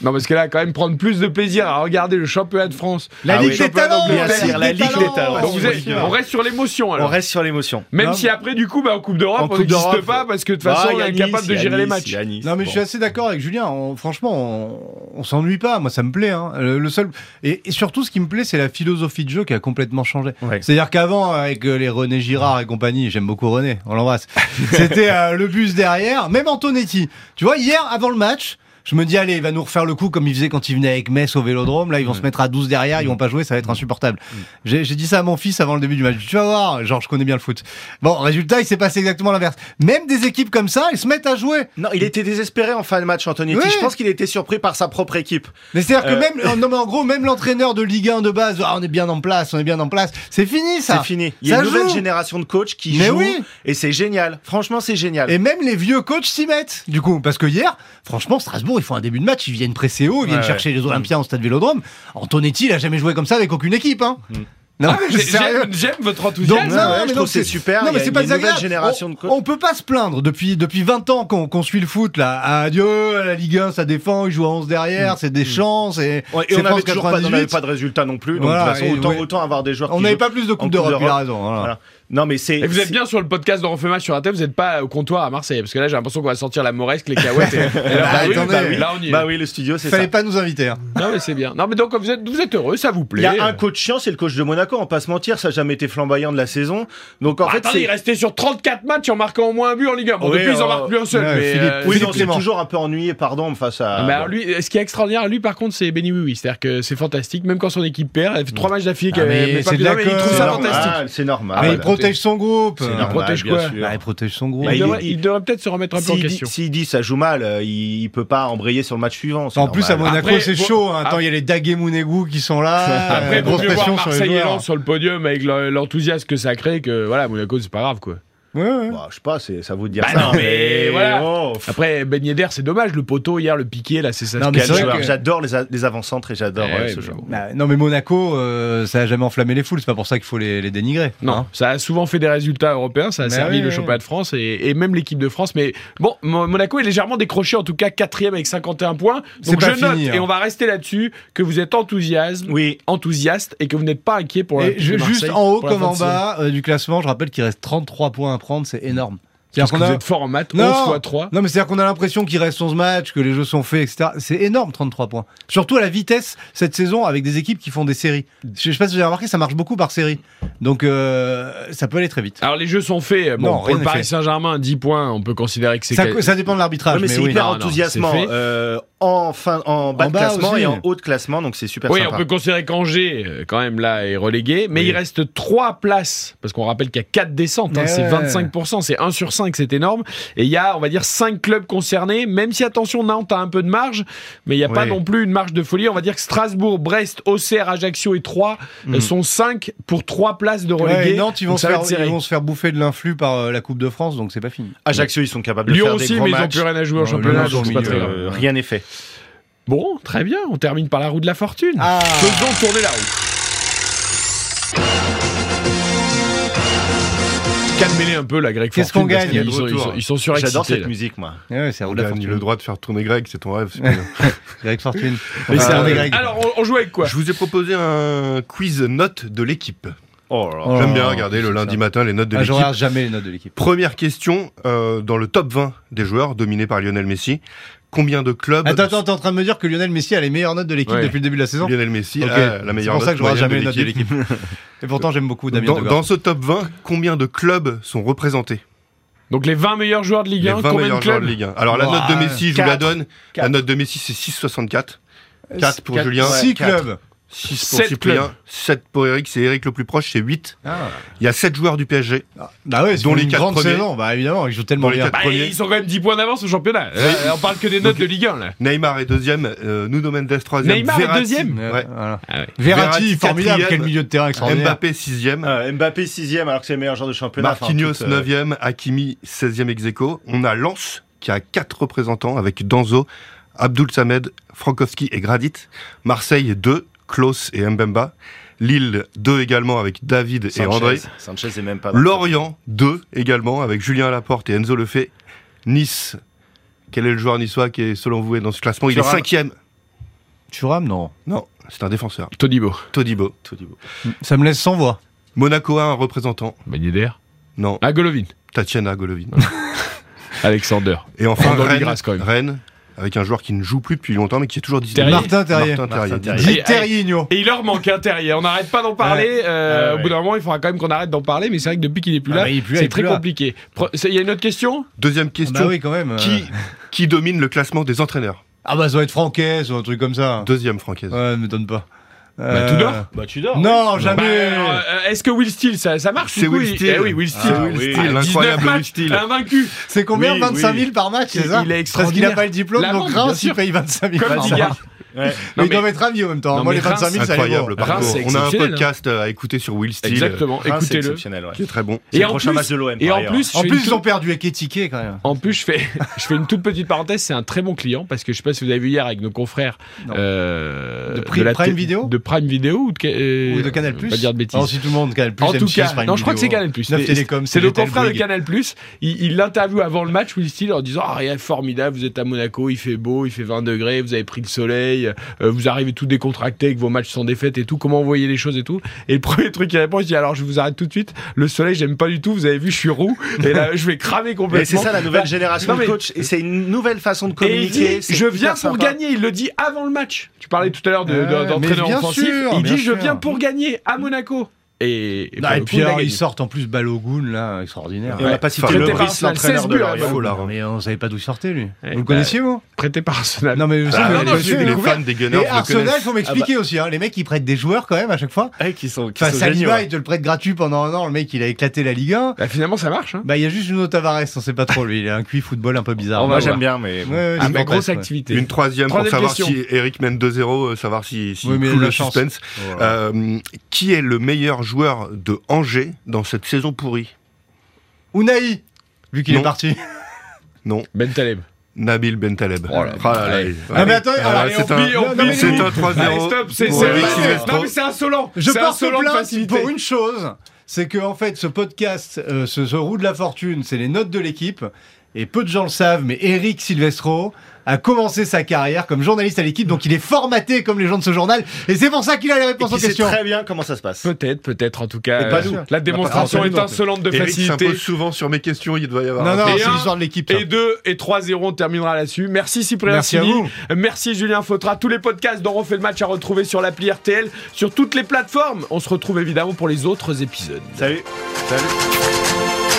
[SPEAKER 2] Non, parce que là, quand même, prendre plus de plaisir à regarder le championnat de France.
[SPEAKER 4] La
[SPEAKER 5] Ah
[SPEAKER 4] Ligue
[SPEAKER 5] oui.
[SPEAKER 4] des
[SPEAKER 2] Championnat
[SPEAKER 4] Talents
[SPEAKER 5] d'Angleterre,
[SPEAKER 4] la
[SPEAKER 5] la Ligue des Talents.
[SPEAKER 2] Donc vous
[SPEAKER 5] Ouais,
[SPEAKER 2] êtes-
[SPEAKER 5] ouais.
[SPEAKER 2] on reste sur l'émotion
[SPEAKER 5] On
[SPEAKER 2] alors.
[SPEAKER 5] reste sur l'émotion.
[SPEAKER 2] Même
[SPEAKER 4] Non,
[SPEAKER 2] si après, du coup, bah, en Coupe d'Europe,
[SPEAKER 5] En
[SPEAKER 2] on
[SPEAKER 5] Coupe
[SPEAKER 2] n'existe
[SPEAKER 5] d'Europe.
[SPEAKER 2] pas parce que de toute façon,
[SPEAKER 5] Ah,
[SPEAKER 2] on
[SPEAKER 5] y
[SPEAKER 2] est
[SPEAKER 5] a
[SPEAKER 2] incapable
[SPEAKER 5] Nice,
[SPEAKER 2] de
[SPEAKER 5] y a
[SPEAKER 2] gérer les
[SPEAKER 5] Nice,
[SPEAKER 2] matchs.
[SPEAKER 5] y a Nice.
[SPEAKER 4] Non mais je
[SPEAKER 5] Bon.
[SPEAKER 4] suis assez d'accord avec Julien. On- franchement, on, on s'ennuie pas. Moi, ça me plaît. hein. Le, le seul et, et surtout, ce qui me plaît, c'est la philosophie de jeu qui a complètement changé.
[SPEAKER 5] Ouais.
[SPEAKER 4] C'est-à-dire qu'avant, avec euh, les René Girard et compagnie, j'aime beaucoup René, on l'embrasse. C'était euh, le bus derrière, même Antonetti. Tu vois, hier, avant le match. Je me dis, allez, il va nous refaire le coup comme il faisait quand il venait avec Metz au vélodrome. Là, ils vont se mettre à 12 derrière, ils vont pas jouer, ça va être insupportable. J'ai j'ai dit ça à mon fils avant le début du match. Tu vas voir, genre, je connais bien le foot. Bon, résultat, il s'est passé exactement l'inverse. Même des équipes comme ça, ils se mettent à jouer.
[SPEAKER 5] Non, il était désespéré en fin de match, Anthony.
[SPEAKER 4] Oui.
[SPEAKER 5] Je pense qu'il était surpris par sa propre équipe.
[SPEAKER 4] Mais c'est-à-dire
[SPEAKER 5] Euh,
[SPEAKER 4] que même, non mais en gros, même l'entraîneur de Ligue 1 de base, Ah, on est bien en place, on est bien en place, c'est fini ça.
[SPEAKER 5] C'est fini. Il y a
[SPEAKER 4] Ça
[SPEAKER 5] une nouvelle
[SPEAKER 4] joue.
[SPEAKER 5] génération de coachs qui
[SPEAKER 4] Mais
[SPEAKER 5] jouent
[SPEAKER 4] oui.
[SPEAKER 5] et c'est génial. Franchement, c'est génial.
[SPEAKER 4] Et même les vieux coachs s'y mettent, du coup. Parce que hier, franchement, Strasbourg, ils font un début de match, ils viennent presser haut, ils viennent
[SPEAKER 5] Ouais, Mm.
[SPEAKER 4] chercher les Olympiens au stade Vélodrome. Antonetti, il a jamais joué comme ça avec aucune équipe, hein.
[SPEAKER 5] Mm.
[SPEAKER 4] Non,
[SPEAKER 2] Ah, mais
[SPEAKER 4] c'est
[SPEAKER 2] j'ai-
[SPEAKER 4] sérieux.
[SPEAKER 2] J'aime j'aime votre
[SPEAKER 4] Donc,
[SPEAKER 2] enthousiasme.
[SPEAKER 4] non,
[SPEAKER 5] ouais,
[SPEAKER 4] non,
[SPEAKER 5] je
[SPEAKER 4] mais
[SPEAKER 5] trouve
[SPEAKER 4] non,
[SPEAKER 5] que c'est super,
[SPEAKER 4] Non,
[SPEAKER 5] il y
[SPEAKER 4] mais
[SPEAKER 5] a
[SPEAKER 4] c'est pas
[SPEAKER 5] une nouvelle
[SPEAKER 4] désagréable.
[SPEAKER 5] génération de
[SPEAKER 4] on,
[SPEAKER 5] coachs.
[SPEAKER 4] on peut pas se plaindre depuis, depuis 20 ans qu'on qu'on suit le foot là. Adieu, la Ligue 1, ça défend, ils jouent à 11 derrière, c'est des chances. Et,
[SPEAKER 5] Mm. Ouais,
[SPEAKER 4] c'est
[SPEAKER 5] et on n'avait
[SPEAKER 4] France
[SPEAKER 5] toujours pas, on n'avait
[SPEAKER 4] 98.
[SPEAKER 5] pas de résultats non plus. Donc
[SPEAKER 4] Voilà,
[SPEAKER 5] de toute
[SPEAKER 4] et
[SPEAKER 5] façon, autant,
[SPEAKER 4] ouais.
[SPEAKER 5] autant avoir des joueurs
[SPEAKER 4] On
[SPEAKER 5] qui
[SPEAKER 4] n'avait
[SPEAKER 5] jouent
[SPEAKER 4] pas plus de
[SPEAKER 5] en
[SPEAKER 4] Coupe d'Europe, il a raison. voilà.
[SPEAKER 5] Voilà. Non, mais c'est.
[SPEAKER 2] Et vous êtes
[SPEAKER 5] c'est-
[SPEAKER 2] bien sur le podcast de Refait Match sur la tête, vous n'êtes pas au comptoir à Marseille, parce que là j'ai l'impression qu'on va sortir la mauresque, les cahuètes. Et, et là,
[SPEAKER 4] Bah,
[SPEAKER 2] oui,
[SPEAKER 4] attendez.
[SPEAKER 2] bah oui, là on y est.
[SPEAKER 5] Bah oui, le studio, c'est ça.
[SPEAKER 4] Fallait pas nous inviter. hein.
[SPEAKER 2] Non mais c'est bien. Non mais donc vous êtes, vous êtes heureux, ça vous plaît.
[SPEAKER 5] Il y a un coach chiant, c'est le coach de Monaco. On va pas se mentir, ça n'a jamais été flamboyant de la saison. Donc en
[SPEAKER 2] Ah,
[SPEAKER 5] fait,
[SPEAKER 2] attendez, il
[SPEAKER 5] c'est.
[SPEAKER 2] restait sur 34 matchs en marquant au moins un but en Ligue 1. Bon,
[SPEAKER 5] Oui,
[SPEAKER 2] depuis, ils en
[SPEAKER 5] euh,
[SPEAKER 2] marquent plus un seul.
[SPEAKER 4] ouais,
[SPEAKER 2] mais,
[SPEAKER 4] Philippe-
[SPEAKER 2] euh,
[SPEAKER 5] Oui,
[SPEAKER 4] Philippe
[SPEAKER 5] non, c'est
[SPEAKER 4] Clément.
[SPEAKER 5] toujours un peu ennuyé, pardon, face à.
[SPEAKER 2] Ah, mais alors, lui, ce qui est extraordinaire, lui, par contre, c'est Benny Oui Oui. C'est-à-dire que c'est fantastique, même quand son équipe perd, elle fait trois matchs d'affilée qu'elle
[SPEAKER 4] Ah, mais
[SPEAKER 2] met pas
[SPEAKER 4] c'est de
[SPEAKER 2] plus un,
[SPEAKER 4] la
[SPEAKER 2] mais il trouve
[SPEAKER 4] com,
[SPEAKER 5] Mm. C'est
[SPEAKER 2] ça
[SPEAKER 4] alors,
[SPEAKER 2] fantastique.
[SPEAKER 5] normal, c'est normal.
[SPEAKER 4] Mais il
[SPEAKER 2] voilà.
[SPEAKER 4] protège son groupe.
[SPEAKER 5] Ah, bah, C'est
[SPEAKER 4] Euh,
[SPEAKER 5] normal,
[SPEAKER 2] protège
[SPEAKER 5] bien
[SPEAKER 2] quoi
[SPEAKER 5] sûr.
[SPEAKER 4] Bah, il protège son groupe.
[SPEAKER 5] Bah,
[SPEAKER 2] il,
[SPEAKER 5] il-
[SPEAKER 2] devrait,
[SPEAKER 5] il-
[SPEAKER 2] il devrait peut-être se remettre un peu en
[SPEAKER 5] S'il dit,
[SPEAKER 2] question.
[SPEAKER 5] s'il dit ça joue mal, euh, il, il peut pas embrayer sur le match suivant. c'est
[SPEAKER 4] En plus, à
[SPEAKER 5] normal. Ah,
[SPEAKER 4] Monaco,
[SPEAKER 2] Après,
[SPEAKER 4] c'est
[SPEAKER 2] faut-
[SPEAKER 4] chaud. hein. Attends, il y a les Daguet Mounegou qui sont là.
[SPEAKER 2] Après,
[SPEAKER 4] euh,
[SPEAKER 2] il vaut
[SPEAKER 4] grosse
[SPEAKER 2] mieux voir
[SPEAKER 4] pression sur les
[SPEAKER 2] Marseille et
[SPEAKER 4] joueurs.
[SPEAKER 2] Lens sur le podium avec le- l'enthousiasme que ça crée que voilà, Monaco, c'est pas grave quoi.
[SPEAKER 4] Ouais, ouais.
[SPEAKER 5] Bah, je sais pas, c'est- ça vaut de dire
[SPEAKER 2] Bah
[SPEAKER 5] ça.
[SPEAKER 2] non, mais voilà.
[SPEAKER 5] oh, pff,
[SPEAKER 2] Après, Ben Yedder, c'est dommage, le poteau hier, le piqué, là, c'est ça.
[SPEAKER 4] Non, mais
[SPEAKER 5] quel
[SPEAKER 4] c'est vrai
[SPEAKER 5] joueur.
[SPEAKER 4] que-
[SPEAKER 5] J'adore les, a- les avant-centres et j'adore
[SPEAKER 2] Eh
[SPEAKER 5] euh,
[SPEAKER 2] ouais,
[SPEAKER 5] ce
[SPEAKER 2] mais
[SPEAKER 5] joueur.
[SPEAKER 2] bon.
[SPEAKER 4] Bah, non, mais Monaco, euh, ça a jamais enflammé les foules. C'est pas pour ça qu'il faut les, les dénigrer.
[SPEAKER 2] Non,
[SPEAKER 4] hein.
[SPEAKER 2] ça a souvent fait des résultats européens, ça a
[SPEAKER 4] Mais
[SPEAKER 2] servi
[SPEAKER 4] oui,
[SPEAKER 2] le
[SPEAKER 4] oui.
[SPEAKER 2] championnat de France et, et même l'équipe de France. Mais bon, Mo- Monaco est légèrement décroché, en tout cas quatrième avec 51 points.
[SPEAKER 4] C'est
[SPEAKER 2] Donc je
[SPEAKER 4] pas
[SPEAKER 2] note,
[SPEAKER 4] fini, hein.
[SPEAKER 2] et on va rester là-dessus, que vous êtes enthousiaste,
[SPEAKER 5] Oui,
[SPEAKER 4] Ah,
[SPEAKER 2] enthousiaste et que vous n'êtes pas inquiet pour la
[SPEAKER 4] Et je- juste en haut comme en bas euh, du classement, je rappelle qu'il reste 33 points à prendre. C'est énorme.
[SPEAKER 2] Parce
[SPEAKER 4] C'est-à-dire
[SPEAKER 2] que
[SPEAKER 4] qu'on a-
[SPEAKER 2] vous êtes fort en maths,
[SPEAKER 4] Non.
[SPEAKER 2] 11 fois 3.
[SPEAKER 4] Non, mais c'est-à-dire qu'on a l'impression qu'il reste 11 matchs, que les jeux sont faits, etc. C'est énorme, 33 points. Surtout à la vitesse cette saison avec des équipes qui font des séries. Je je sais pas si vous avez remarqué, ça marche beaucoup par série. Donc, euh, ça peut aller très vite.
[SPEAKER 2] Alors les jeux sont faits, bon,
[SPEAKER 4] Non,
[SPEAKER 2] pour
[SPEAKER 4] rien
[SPEAKER 2] le
[SPEAKER 4] n'est
[SPEAKER 2] Paris
[SPEAKER 4] fait.
[SPEAKER 2] Saint-Germain, 10 points, on peut considérer que c'est...
[SPEAKER 4] Ça,
[SPEAKER 2] quel-
[SPEAKER 4] ça dépend de l'arbitrage.
[SPEAKER 5] Ouais, mais,
[SPEAKER 4] mais
[SPEAKER 5] c'est
[SPEAKER 4] oui.
[SPEAKER 5] hyper
[SPEAKER 2] Non, non,
[SPEAKER 5] enthousiasmant
[SPEAKER 2] c'est fait.
[SPEAKER 5] euh, en fin, en bas
[SPEAKER 4] En
[SPEAKER 5] de
[SPEAKER 4] bas
[SPEAKER 5] classement
[SPEAKER 4] aussi.
[SPEAKER 5] et en haut de classement, donc c'est super
[SPEAKER 2] Oui,
[SPEAKER 5] sympa.
[SPEAKER 2] on peut considérer qu'Angers, euh, quand même, là, est relégué, mais
[SPEAKER 5] Oui.
[SPEAKER 2] il reste 3 places, parce qu'on rappelle qu'il y a 4 descentes, hein,
[SPEAKER 4] Ouais.
[SPEAKER 2] c'est 25%, c'est 1 sur 5, c'est énorme. Et il y a, on va dire, 5 clubs concernés, même si, attention, Nantes a un peu de marge, mais il n'y a pas
[SPEAKER 5] Oui.
[SPEAKER 2] non plus une marge de folie. On va dire que Strasbourg, Brest, Auxerre, Ajaccio et 3 sont 5 pour 3 places de
[SPEAKER 4] Mm. Ouais,
[SPEAKER 2] relégués.
[SPEAKER 4] et Nantes, ils vont,
[SPEAKER 2] Donc
[SPEAKER 4] se
[SPEAKER 2] ça va
[SPEAKER 4] faire,
[SPEAKER 2] être serré.
[SPEAKER 4] ils vont se faire bouffer de l'influx par euh, la Coupe de France, donc c'est pas fini.
[SPEAKER 5] Ajaccio, ils sont capables de
[SPEAKER 2] Lyon
[SPEAKER 5] faire des
[SPEAKER 2] aussi,
[SPEAKER 5] grands
[SPEAKER 2] mais ils n'ont
[SPEAKER 5] matchs.
[SPEAKER 2] plus rien à jouer en
[SPEAKER 4] Non,
[SPEAKER 2] championnat,
[SPEAKER 4] Lyon,
[SPEAKER 2] donc
[SPEAKER 4] ils
[SPEAKER 2] c'est
[SPEAKER 4] ont
[SPEAKER 2] pas
[SPEAKER 4] mis,
[SPEAKER 2] très grave.
[SPEAKER 5] Euh, rien n'est fait.
[SPEAKER 2] Bon, très bien, on termine par la roue de la fortune.
[SPEAKER 4] Ah.
[SPEAKER 2] Faisons tourner la roue. Calmez-les un peu, la Greg
[SPEAKER 4] Qu'est-ce
[SPEAKER 2] Fortune,
[SPEAKER 4] qu'on
[SPEAKER 2] parce qu'ils
[SPEAKER 4] gagne Il y a
[SPEAKER 2] sont-
[SPEAKER 3] le
[SPEAKER 2] Ils sont,
[SPEAKER 3] retour.
[SPEAKER 2] ils sont
[SPEAKER 5] J'adore
[SPEAKER 2] surexcités.
[SPEAKER 5] cette
[SPEAKER 2] là.
[SPEAKER 5] musique, moi.
[SPEAKER 4] Ouais, ouais, c'est la roue de la
[SPEAKER 3] Gagne
[SPEAKER 4] fortune.
[SPEAKER 3] le droit de faire tourner Greg, c'est ton rêve. c'est bien.
[SPEAKER 4] Greg Fortune.
[SPEAKER 2] Mais
[SPEAKER 4] Ah,
[SPEAKER 2] c'est un-
[SPEAKER 4] regardez Greg.
[SPEAKER 2] Alors, on, on joue avec quoi
[SPEAKER 3] Je vous ai proposé un quiz note de l'équipe.
[SPEAKER 5] Oh là là.
[SPEAKER 4] Oh.
[SPEAKER 3] J'aime bien regarder le
[SPEAKER 4] c'est
[SPEAKER 3] lundi
[SPEAKER 4] ça.
[SPEAKER 3] matin les notes de
[SPEAKER 4] Ah, je
[SPEAKER 3] l'équipe.
[SPEAKER 4] regarde jamais les notes de l'équipe.
[SPEAKER 3] Première question, euh, dans le top 20 des joueurs dominés par Lionel Messi, combien de clubs
[SPEAKER 4] Attends, attends, t'es en train de me dire que Lionel Messi a les meilleures notes de l'équipe
[SPEAKER 2] Ouais.
[SPEAKER 4] depuis le début de la saison
[SPEAKER 3] Lionel Messi
[SPEAKER 4] Ok.
[SPEAKER 3] a euh, la
[SPEAKER 4] C'est
[SPEAKER 3] meilleure
[SPEAKER 4] pour ça que je
[SPEAKER 3] note
[SPEAKER 4] regarde jamais les
[SPEAKER 3] moyenne de
[SPEAKER 4] notes de
[SPEAKER 3] l'équipe.
[SPEAKER 4] l'équipe. Et pourtant, j'aime beaucoup Damien
[SPEAKER 3] Dans,
[SPEAKER 4] Degord.
[SPEAKER 3] dans ce top 20, combien de clubs sont représentés
[SPEAKER 2] Donc, les 20 meilleurs joueurs de Ligue
[SPEAKER 3] Les
[SPEAKER 2] 1,
[SPEAKER 3] 20
[SPEAKER 2] combien de
[SPEAKER 3] meilleurs joueurs de
[SPEAKER 2] clubs
[SPEAKER 3] Ligue 1. Alors la
[SPEAKER 4] Ouah,
[SPEAKER 3] note de Messi, je vous la
[SPEAKER 5] quatre.
[SPEAKER 3] donne. La
[SPEAKER 5] Quatre.
[SPEAKER 3] note de Messi, c'est 6,64. 4 pour
[SPEAKER 2] Euh,
[SPEAKER 5] Quatre.
[SPEAKER 3] Julien,
[SPEAKER 5] Ouais.
[SPEAKER 4] Six
[SPEAKER 5] quatre.
[SPEAKER 4] clubs.
[SPEAKER 3] 6 pour
[SPEAKER 2] Sept
[SPEAKER 3] Cyprien,
[SPEAKER 2] clubs.
[SPEAKER 3] 7 pour Eric, c'est Eric le plus proche, c'est 8. Il y a 7 joueurs du PSG.
[SPEAKER 4] Bah ouais,
[SPEAKER 3] Dont
[SPEAKER 4] dont
[SPEAKER 3] les
[SPEAKER 4] les
[SPEAKER 3] quatre
[SPEAKER 4] 40
[SPEAKER 3] premiers.
[SPEAKER 4] saisons, bah évidemment, ils jouent tellement
[SPEAKER 3] Dont les
[SPEAKER 4] bien.
[SPEAKER 3] quatre-
[SPEAKER 2] Bah,
[SPEAKER 3] Premier.
[SPEAKER 2] ils ont quand même 10 points d'avance au championnat. Euh, on parle que des notes de Ligue 1 là.
[SPEAKER 3] Neymar est deuxième, euh, Nuno Mendes troisième,
[SPEAKER 2] Neymar est
[SPEAKER 3] Verratti,
[SPEAKER 2] deuxième
[SPEAKER 4] Euh,
[SPEAKER 3] Bah, ouais.
[SPEAKER 4] voilà.
[SPEAKER 2] Ah ouais.
[SPEAKER 4] Verratti,
[SPEAKER 3] Verratti,
[SPEAKER 4] formidable,
[SPEAKER 3] quatrième.
[SPEAKER 4] quel milieu de terrain extraordinaire.
[SPEAKER 3] Mbappé sixième,
[SPEAKER 5] Euh, Mbappé 6 alors que c'est le meilleur joueur de championnat. Enfin,
[SPEAKER 3] Marquinhos
[SPEAKER 5] tout, euh,
[SPEAKER 3] 9e, Hakimi 16e ex aequo. On a Lens qui a quatre représentants avec Danzo, Abdul Samed, Frankowski et Gradit. Marseille 2, Klaus et Mbemba. Lille 2 également avec David et
[SPEAKER 5] Sanchez.
[SPEAKER 3] André.
[SPEAKER 5] Sanchez est même pas. dans le top.
[SPEAKER 3] Lorient 2 également avec Julien Laporte et Enzo Lefebvre. Nice. Quel est le joueur niçois qui est selon vous est dans ce classement Il est
[SPEAKER 5] Thuram.
[SPEAKER 3] cinquième.
[SPEAKER 4] Thuram, non.
[SPEAKER 3] Non, c'est un défenseur.
[SPEAKER 2] Todibo.
[SPEAKER 3] Todibo.
[SPEAKER 5] Todibo.
[SPEAKER 4] Ça me laisse sans voix.
[SPEAKER 3] Monaco a un représentant.
[SPEAKER 2] Ben Yedder.
[SPEAKER 3] Non,
[SPEAKER 2] Ah, Golovin.
[SPEAKER 3] Tatiana Golovin.
[SPEAKER 2] Alexander.
[SPEAKER 3] Et enfin,
[SPEAKER 2] Dans les
[SPEAKER 3] Rennes,
[SPEAKER 2] grâces, quand même.
[SPEAKER 3] Rennes, avec un joueur qui ne joue plus depuis longtemps, mais qui est toujours
[SPEAKER 2] Terrier.
[SPEAKER 3] 19
[SPEAKER 4] Martin Terrier.
[SPEAKER 3] Martin Terrier.
[SPEAKER 5] Martin Terrier.
[SPEAKER 4] Dit
[SPEAKER 2] Allez,
[SPEAKER 4] Terrigno.
[SPEAKER 2] Et ah, il leur manque un terrier. On n'arrête pas d'en parler. euh,
[SPEAKER 5] Ah ouais.
[SPEAKER 2] Au bout d'un moment, il faudra quand même qu'on arrête d'en parler. Mais c'est vrai que depuis qu'il est plus
[SPEAKER 4] Ah
[SPEAKER 2] là,
[SPEAKER 4] bah, il est plus là, il
[SPEAKER 2] c'est
[SPEAKER 4] est
[SPEAKER 2] très
[SPEAKER 4] plus là.
[SPEAKER 2] compliqué. Pre- c'est- Il y a une autre question
[SPEAKER 3] Deuxième question.
[SPEAKER 4] Bah oui, quand même. euh.
[SPEAKER 3] qui, qui domine le classement des entraîneurs
[SPEAKER 4] Ah bah ça doit être Franquet ou un truc comme ça.
[SPEAKER 3] Deuxième, Francaise.
[SPEAKER 4] Ouais, me donne pas.
[SPEAKER 2] Bah, Tudor
[SPEAKER 5] Bah, tu dors.
[SPEAKER 4] Euh, Non,
[SPEAKER 2] Bah,
[SPEAKER 4] jamais.
[SPEAKER 2] alors, euh, Est-ce que Will Steele, ça, ça marche
[SPEAKER 3] C'est
[SPEAKER 2] du coup,
[SPEAKER 3] Will
[SPEAKER 2] il-
[SPEAKER 3] Steele.
[SPEAKER 2] Eh oui, Will Steele.
[SPEAKER 5] Ah,
[SPEAKER 3] Will
[SPEAKER 5] oui.
[SPEAKER 3] Steele,
[SPEAKER 5] Ah,
[SPEAKER 3] l'incroyable
[SPEAKER 2] 19
[SPEAKER 3] Will
[SPEAKER 2] matchs,
[SPEAKER 3] Steele.
[SPEAKER 2] Invaincu.
[SPEAKER 4] C'est combien
[SPEAKER 5] Oui,
[SPEAKER 4] 25 000 par match, c'est
[SPEAKER 2] Il- il
[SPEAKER 4] ça
[SPEAKER 2] est
[SPEAKER 4] Parce qu'il n'a
[SPEAKER 2] extraordinaire.
[SPEAKER 4] pas le diplôme,
[SPEAKER 2] La
[SPEAKER 4] donc
[SPEAKER 2] vente,
[SPEAKER 4] Reims,
[SPEAKER 2] bien
[SPEAKER 4] il
[SPEAKER 2] sûr.
[SPEAKER 4] paye 25 000
[SPEAKER 2] Comme
[SPEAKER 4] par
[SPEAKER 2] Digard.
[SPEAKER 4] match.
[SPEAKER 5] Ouais.
[SPEAKER 4] Mais
[SPEAKER 2] Non,
[SPEAKER 4] ils doivent être ravis en même temps.
[SPEAKER 2] Non,
[SPEAKER 4] Moi,
[SPEAKER 2] mais
[SPEAKER 4] les 25 000, ça les vaut.
[SPEAKER 3] Incroyable parcours.
[SPEAKER 2] c'est
[SPEAKER 3] On a un
[SPEAKER 2] exceptionnel, hein.
[SPEAKER 3] podcast euh, à écouter sur Will Steele,
[SPEAKER 2] Exactement.
[SPEAKER 5] Ah, c'est
[SPEAKER 2] Écoutez-le.
[SPEAKER 5] exceptionnel, ouais.
[SPEAKER 3] qui est très bon.
[SPEAKER 5] C'est
[SPEAKER 2] Et
[SPEAKER 5] le
[SPEAKER 2] en
[SPEAKER 5] prochain
[SPEAKER 2] plus-
[SPEAKER 5] match de l'OM.
[SPEAKER 2] Et
[SPEAKER 5] par
[SPEAKER 2] en
[SPEAKER 5] ailleurs.
[SPEAKER 2] plus, je
[SPEAKER 4] En
[SPEAKER 2] fais
[SPEAKER 4] plus,
[SPEAKER 2] une
[SPEAKER 4] ils ont
[SPEAKER 2] toute-
[SPEAKER 4] perdu avec Etiquet quand même.
[SPEAKER 2] En plus, je fais, je fais une toute petite parenthèse. C'est un très bon client parce que je sais pas si vous avez vu hier avec nos confrères
[SPEAKER 4] Non.
[SPEAKER 2] euh,
[SPEAKER 4] De Prime-
[SPEAKER 2] la
[SPEAKER 4] Prime
[SPEAKER 2] té-
[SPEAKER 4] Vidéo
[SPEAKER 2] de Prime Vidéo ou de, ca- euh,
[SPEAKER 4] Ou de Canal
[SPEAKER 2] on va
[SPEAKER 4] Plus.
[SPEAKER 2] Pas dire de bêtises.
[SPEAKER 4] Non, si tout le monde, Canal Plus,
[SPEAKER 2] en tout
[SPEAKER 4] M6,
[SPEAKER 2] cas,
[SPEAKER 4] Prime
[SPEAKER 2] non, je crois que c'est
[SPEAKER 4] Vidéo.
[SPEAKER 2] Canal Plus.
[SPEAKER 4] Neuf Télécom,
[SPEAKER 2] C'est le
[SPEAKER 4] Télétel
[SPEAKER 2] confrère de
[SPEAKER 4] Bouygues.
[SPEAKER 2] Canal Plus. Il il l'interviewe avant le match, Will Steele, en disant Ah, rien de formidable, vous êtes à Monaco, il fait beau, il fait 20 degrés, vous avez pris le soleil, euh, vous arrivez tout décontracté, avec vos matchs sans défaite et tout, comment vous voyez les choses et tout. Et le premier truc qu'il répond, il dit Alors, je vous arrête tout de suite, le soleil, j'aime pas du tout, vous avez vu, je suis roux, et là, je vais cramer
[SPEAKER 5] Mais
[SPEAKER 2] complètement.
[SPEAKER 5] c'est ça la nouvelle génération
[SPEAKER 2] non, mais-
[SPEAKER 5] de coach. Et c'est une nouvelle façon de
[SPEAKER 2] Et il dit,
[SPEAKER 5] communiquer. c'est
[SPEAKER 2] je
[SPEAKER 5] hyper
[SPEAKER 2] viens pour
[SPEAKER 5] sympa.
[SPEAKER 2] gagner. Il le dit avant le match. Tu parlais tout à l'heure de- de-
[SPEAKER 4] Ouais,
[SPEAKER 2] d'entraîneur
[SPEAKER 4] mais bien
[SPEAKER 2] offensif.
[SPEAKER 4] sûr,
[SPEAKER 2] il
[SPEAKER 4] bien
[SPEAKER 2] dit, je
[SPEAKER 4] sûr.
[SPEAKER 2] viens pour gagner à Monaco. Et, et pour
[SPEAKER 4] Ah, Et
[SPEAKER 2] le coup,
[SPEAKER 4] puis
[SPEAKER 2] il a
[SPEAKER 4] alors,
[SPEAKER 2] gagné.
[SPEAKER 4] ils sortent en plus Balogun, là, extraordinaire.
[SPEAKER 5] Et on n'a pas cité
[SPEAKER 3] Traité
[SPEAKER 5] le
[SPEAKER 3] par
[SPEAKER 5] Brice,
[SPEAKER 2] Arsenal,
[SPEAKER 5] l'entraîneur
[SPEAKER 2] 16
[SPEAKER 5] de
[SPEAKER 4] hein,
[SPEAKER 2] buts à
[SPEAKER 5] l'Orient.
[SPEAKER 3] Faut la
[SPEAKER 4] Mais on savait pas d'où il sortait, lui.
[SPEAKER 2] Eh,
[SPEAKER 4] vous le
[SPEAKER 2] bah,
[SPEAKER 4] connaissiez, vous
[SPEAKER 2] prêté par Arsenal.
[SPEAKER 4] Non, mais
[SPEAKER 3] Ah,
[SPEAKER 4] vous
[SPEAKER 2] non,
[SPEAKER 4] le
[SPEAKER 2] non,
[SPEAKER 4] connaissez,
[SPEAKER 2] je
[SPEAKER 4] vous
[SPEAKER 3] les
[SPEAKER 4] découvert.
[SPEAKER 3] fans des Gunners
[SPEAKER 4] Et
[SPEAKER 3] le
[SPEAKER 4] Arsenal,
[SPEAKER 3] connaissent.
[SPEAKER 4] faut m'expliquer aussi. hein, Les mecs, ils prêtent des joueurs quand même à chaque fois.
[SPEAKER 5] Eh, qui sont, qui
[SPEAKER 4] Enfin,
[SPEAKER 5] sont
[SPEAKER 4] Saliba,
[SPEAKER 5] géniaux.
[SPEAKER 4] il te le prête gratuit pendant un an. Le mec, il a éclaté la Ligue 1.
[SPEAKER 2] Bah, finalement, ça marche. Hein.
[SPEAKER 4] Bah, il y a juste Nuno Tavares, on sait pas trop. Lui, il a un QI football un peu bizarre.
[SPEAKER 2] On va
[SPEAKER 5] Moi,
[SPEAKER 4] Ouais,
[SPEAKER 5] j'aime
[SPEAKER 2] voir.
[SPEAKER 5] bien, mais. bon.
[SPEAKER 4] ouais,
[SPEAKER 2] Ah,
[SPEAKER 4] c'est
[SPEAKER 2] mais
[SPEAKER 4] pas
[SPEAKER 2] grosse
[SPEAKER 4] bête, ouais.
[SPEAKER 2] activité.
[SPEAKER 3] Une troisième pour
[SPEAKER 2] Troisième
[SPEAKER 3] savoir
[SPEAKER 2] question.
[SPEAKER 3] si Eric mène 2-0, euh, savoir si, si
[SPEAKER 4] Oui, mais il a
[SPEAKER 3] cloue
[SPEAKER 4] de
[SPEAKER 3] le
[SPEAKER 4] la chance.
[SPEAKER 3] suspense.
[SPEAKER 4] Voilà.
[SPEAKER 3] Euh, qui est le meilleur joueur de Angers dans cette saison pourrie
[SPEAKER 4] Unai, vu qu'il
[SPEAKER 3] Non.
[SPEAKER 4] est parti.
[SPEAKER 3] Non,
[SPEAKER 2] Ben Taleb.
[SPEAKER 3] Nabil Bentaleb.
[SPEAKER 2] Oh là là.
[SPEAKER 3] Ah là là.
[SPEAKER 2] Allez.
[SPEAKER 4] Ah, mais attends,
[SPEAKER 3] Ah,
[SPEAKER 4] alors, allez,
[SPEAKER 3] c'est
[SPEAKER 4] on
[SPEAKER 3] un-
[SPEAKER 4] oublie, on
[SPEAKER 2] Non, mais
[SPEAKER 4] oublie.
[SPEAKER 3] c'est
[SPEAKER 2] nous-
[SPEAKER 3] un 3-0.
[SPEAKER 2] Allez, stop, c'est
[SPEAKER 3] pour
[SPEAKER 2] c'est
[SPEAKER 3] Eric
[SPEAKER 4] vrai.
[SPEAKER 3] Silvestro.
[SPEAKER 2] Non, mais c'est insolent.
[SPEAKER 4] Je
[SPEAKER 2] C'est
[SPEAKER 4] porte
[SPEAKER 2] insolent de
[SPEAKER 4] plainte
[SPEAKER 2] facilité.
[SPEAKER 4] pour une chose, c'est que en fait ce podcast, euh, ce, ce roue de la fortune, c'est les notes de l'équipe. Et peu de gens le savent, mais Eric Silvestro a commencé sa carrière comme journaliste à l'équipe, donc il est formaté comme les gens de ce journal. Et c'est pour ça qu'il a les
[SPEAKER 5] Et
[SPEAKER 4] réponses
[SPEAKER 5] qui
[SPEAKER 4] aux
[SPEAKER 5] sait
[SPEAKER 4] questions.
[SPEAKER 5] très bien comment ça se passe.
[SPEAKER 2] Peut-être, peut-être, en tout cas.
[SPEAKER 5] Et pas
[SPEAKER 2] euh,
[SPEAKER 5] nous.
[SPEAKER 2] la démonstration
[SPEAKER 4] pas
[SPEAKER 2] est
[SPEAKER 4] nous, en fait.
[SPEAKER 2] insolente de
[SPEAKER 3] Eric
[SPEAKER 2] facilité.
[SPEAKER 3] s'impose souvent sur mes questions, il doit y avoir
[SPEAKER 4] Non,
[SPEAKER 3] un
[SPEAKER 4] non,
[SPEAKER 2] Et
[SPEAKER 4] c'est
[SPEAKER 2] un-
[SPEAKER 4] l'histoire de l'équipe. ça.
[SPEAKER 2] Et 2 et 3-0, on terminera là-dessus. Merci Cyprien
[SPEAKER 4] Merci à
[SPEAKER 2] Sini.
[SPEAKER 4] vous.
[SPEAKER 2] Merci Julien Fautra. Tous les podcasts dont on fait le match à retrouver sur l'appli RTL, sur toutes les plateformes. On se retrouve évidemment pour les autres épisodes.
[SPEAKER 5] Salut. Salut.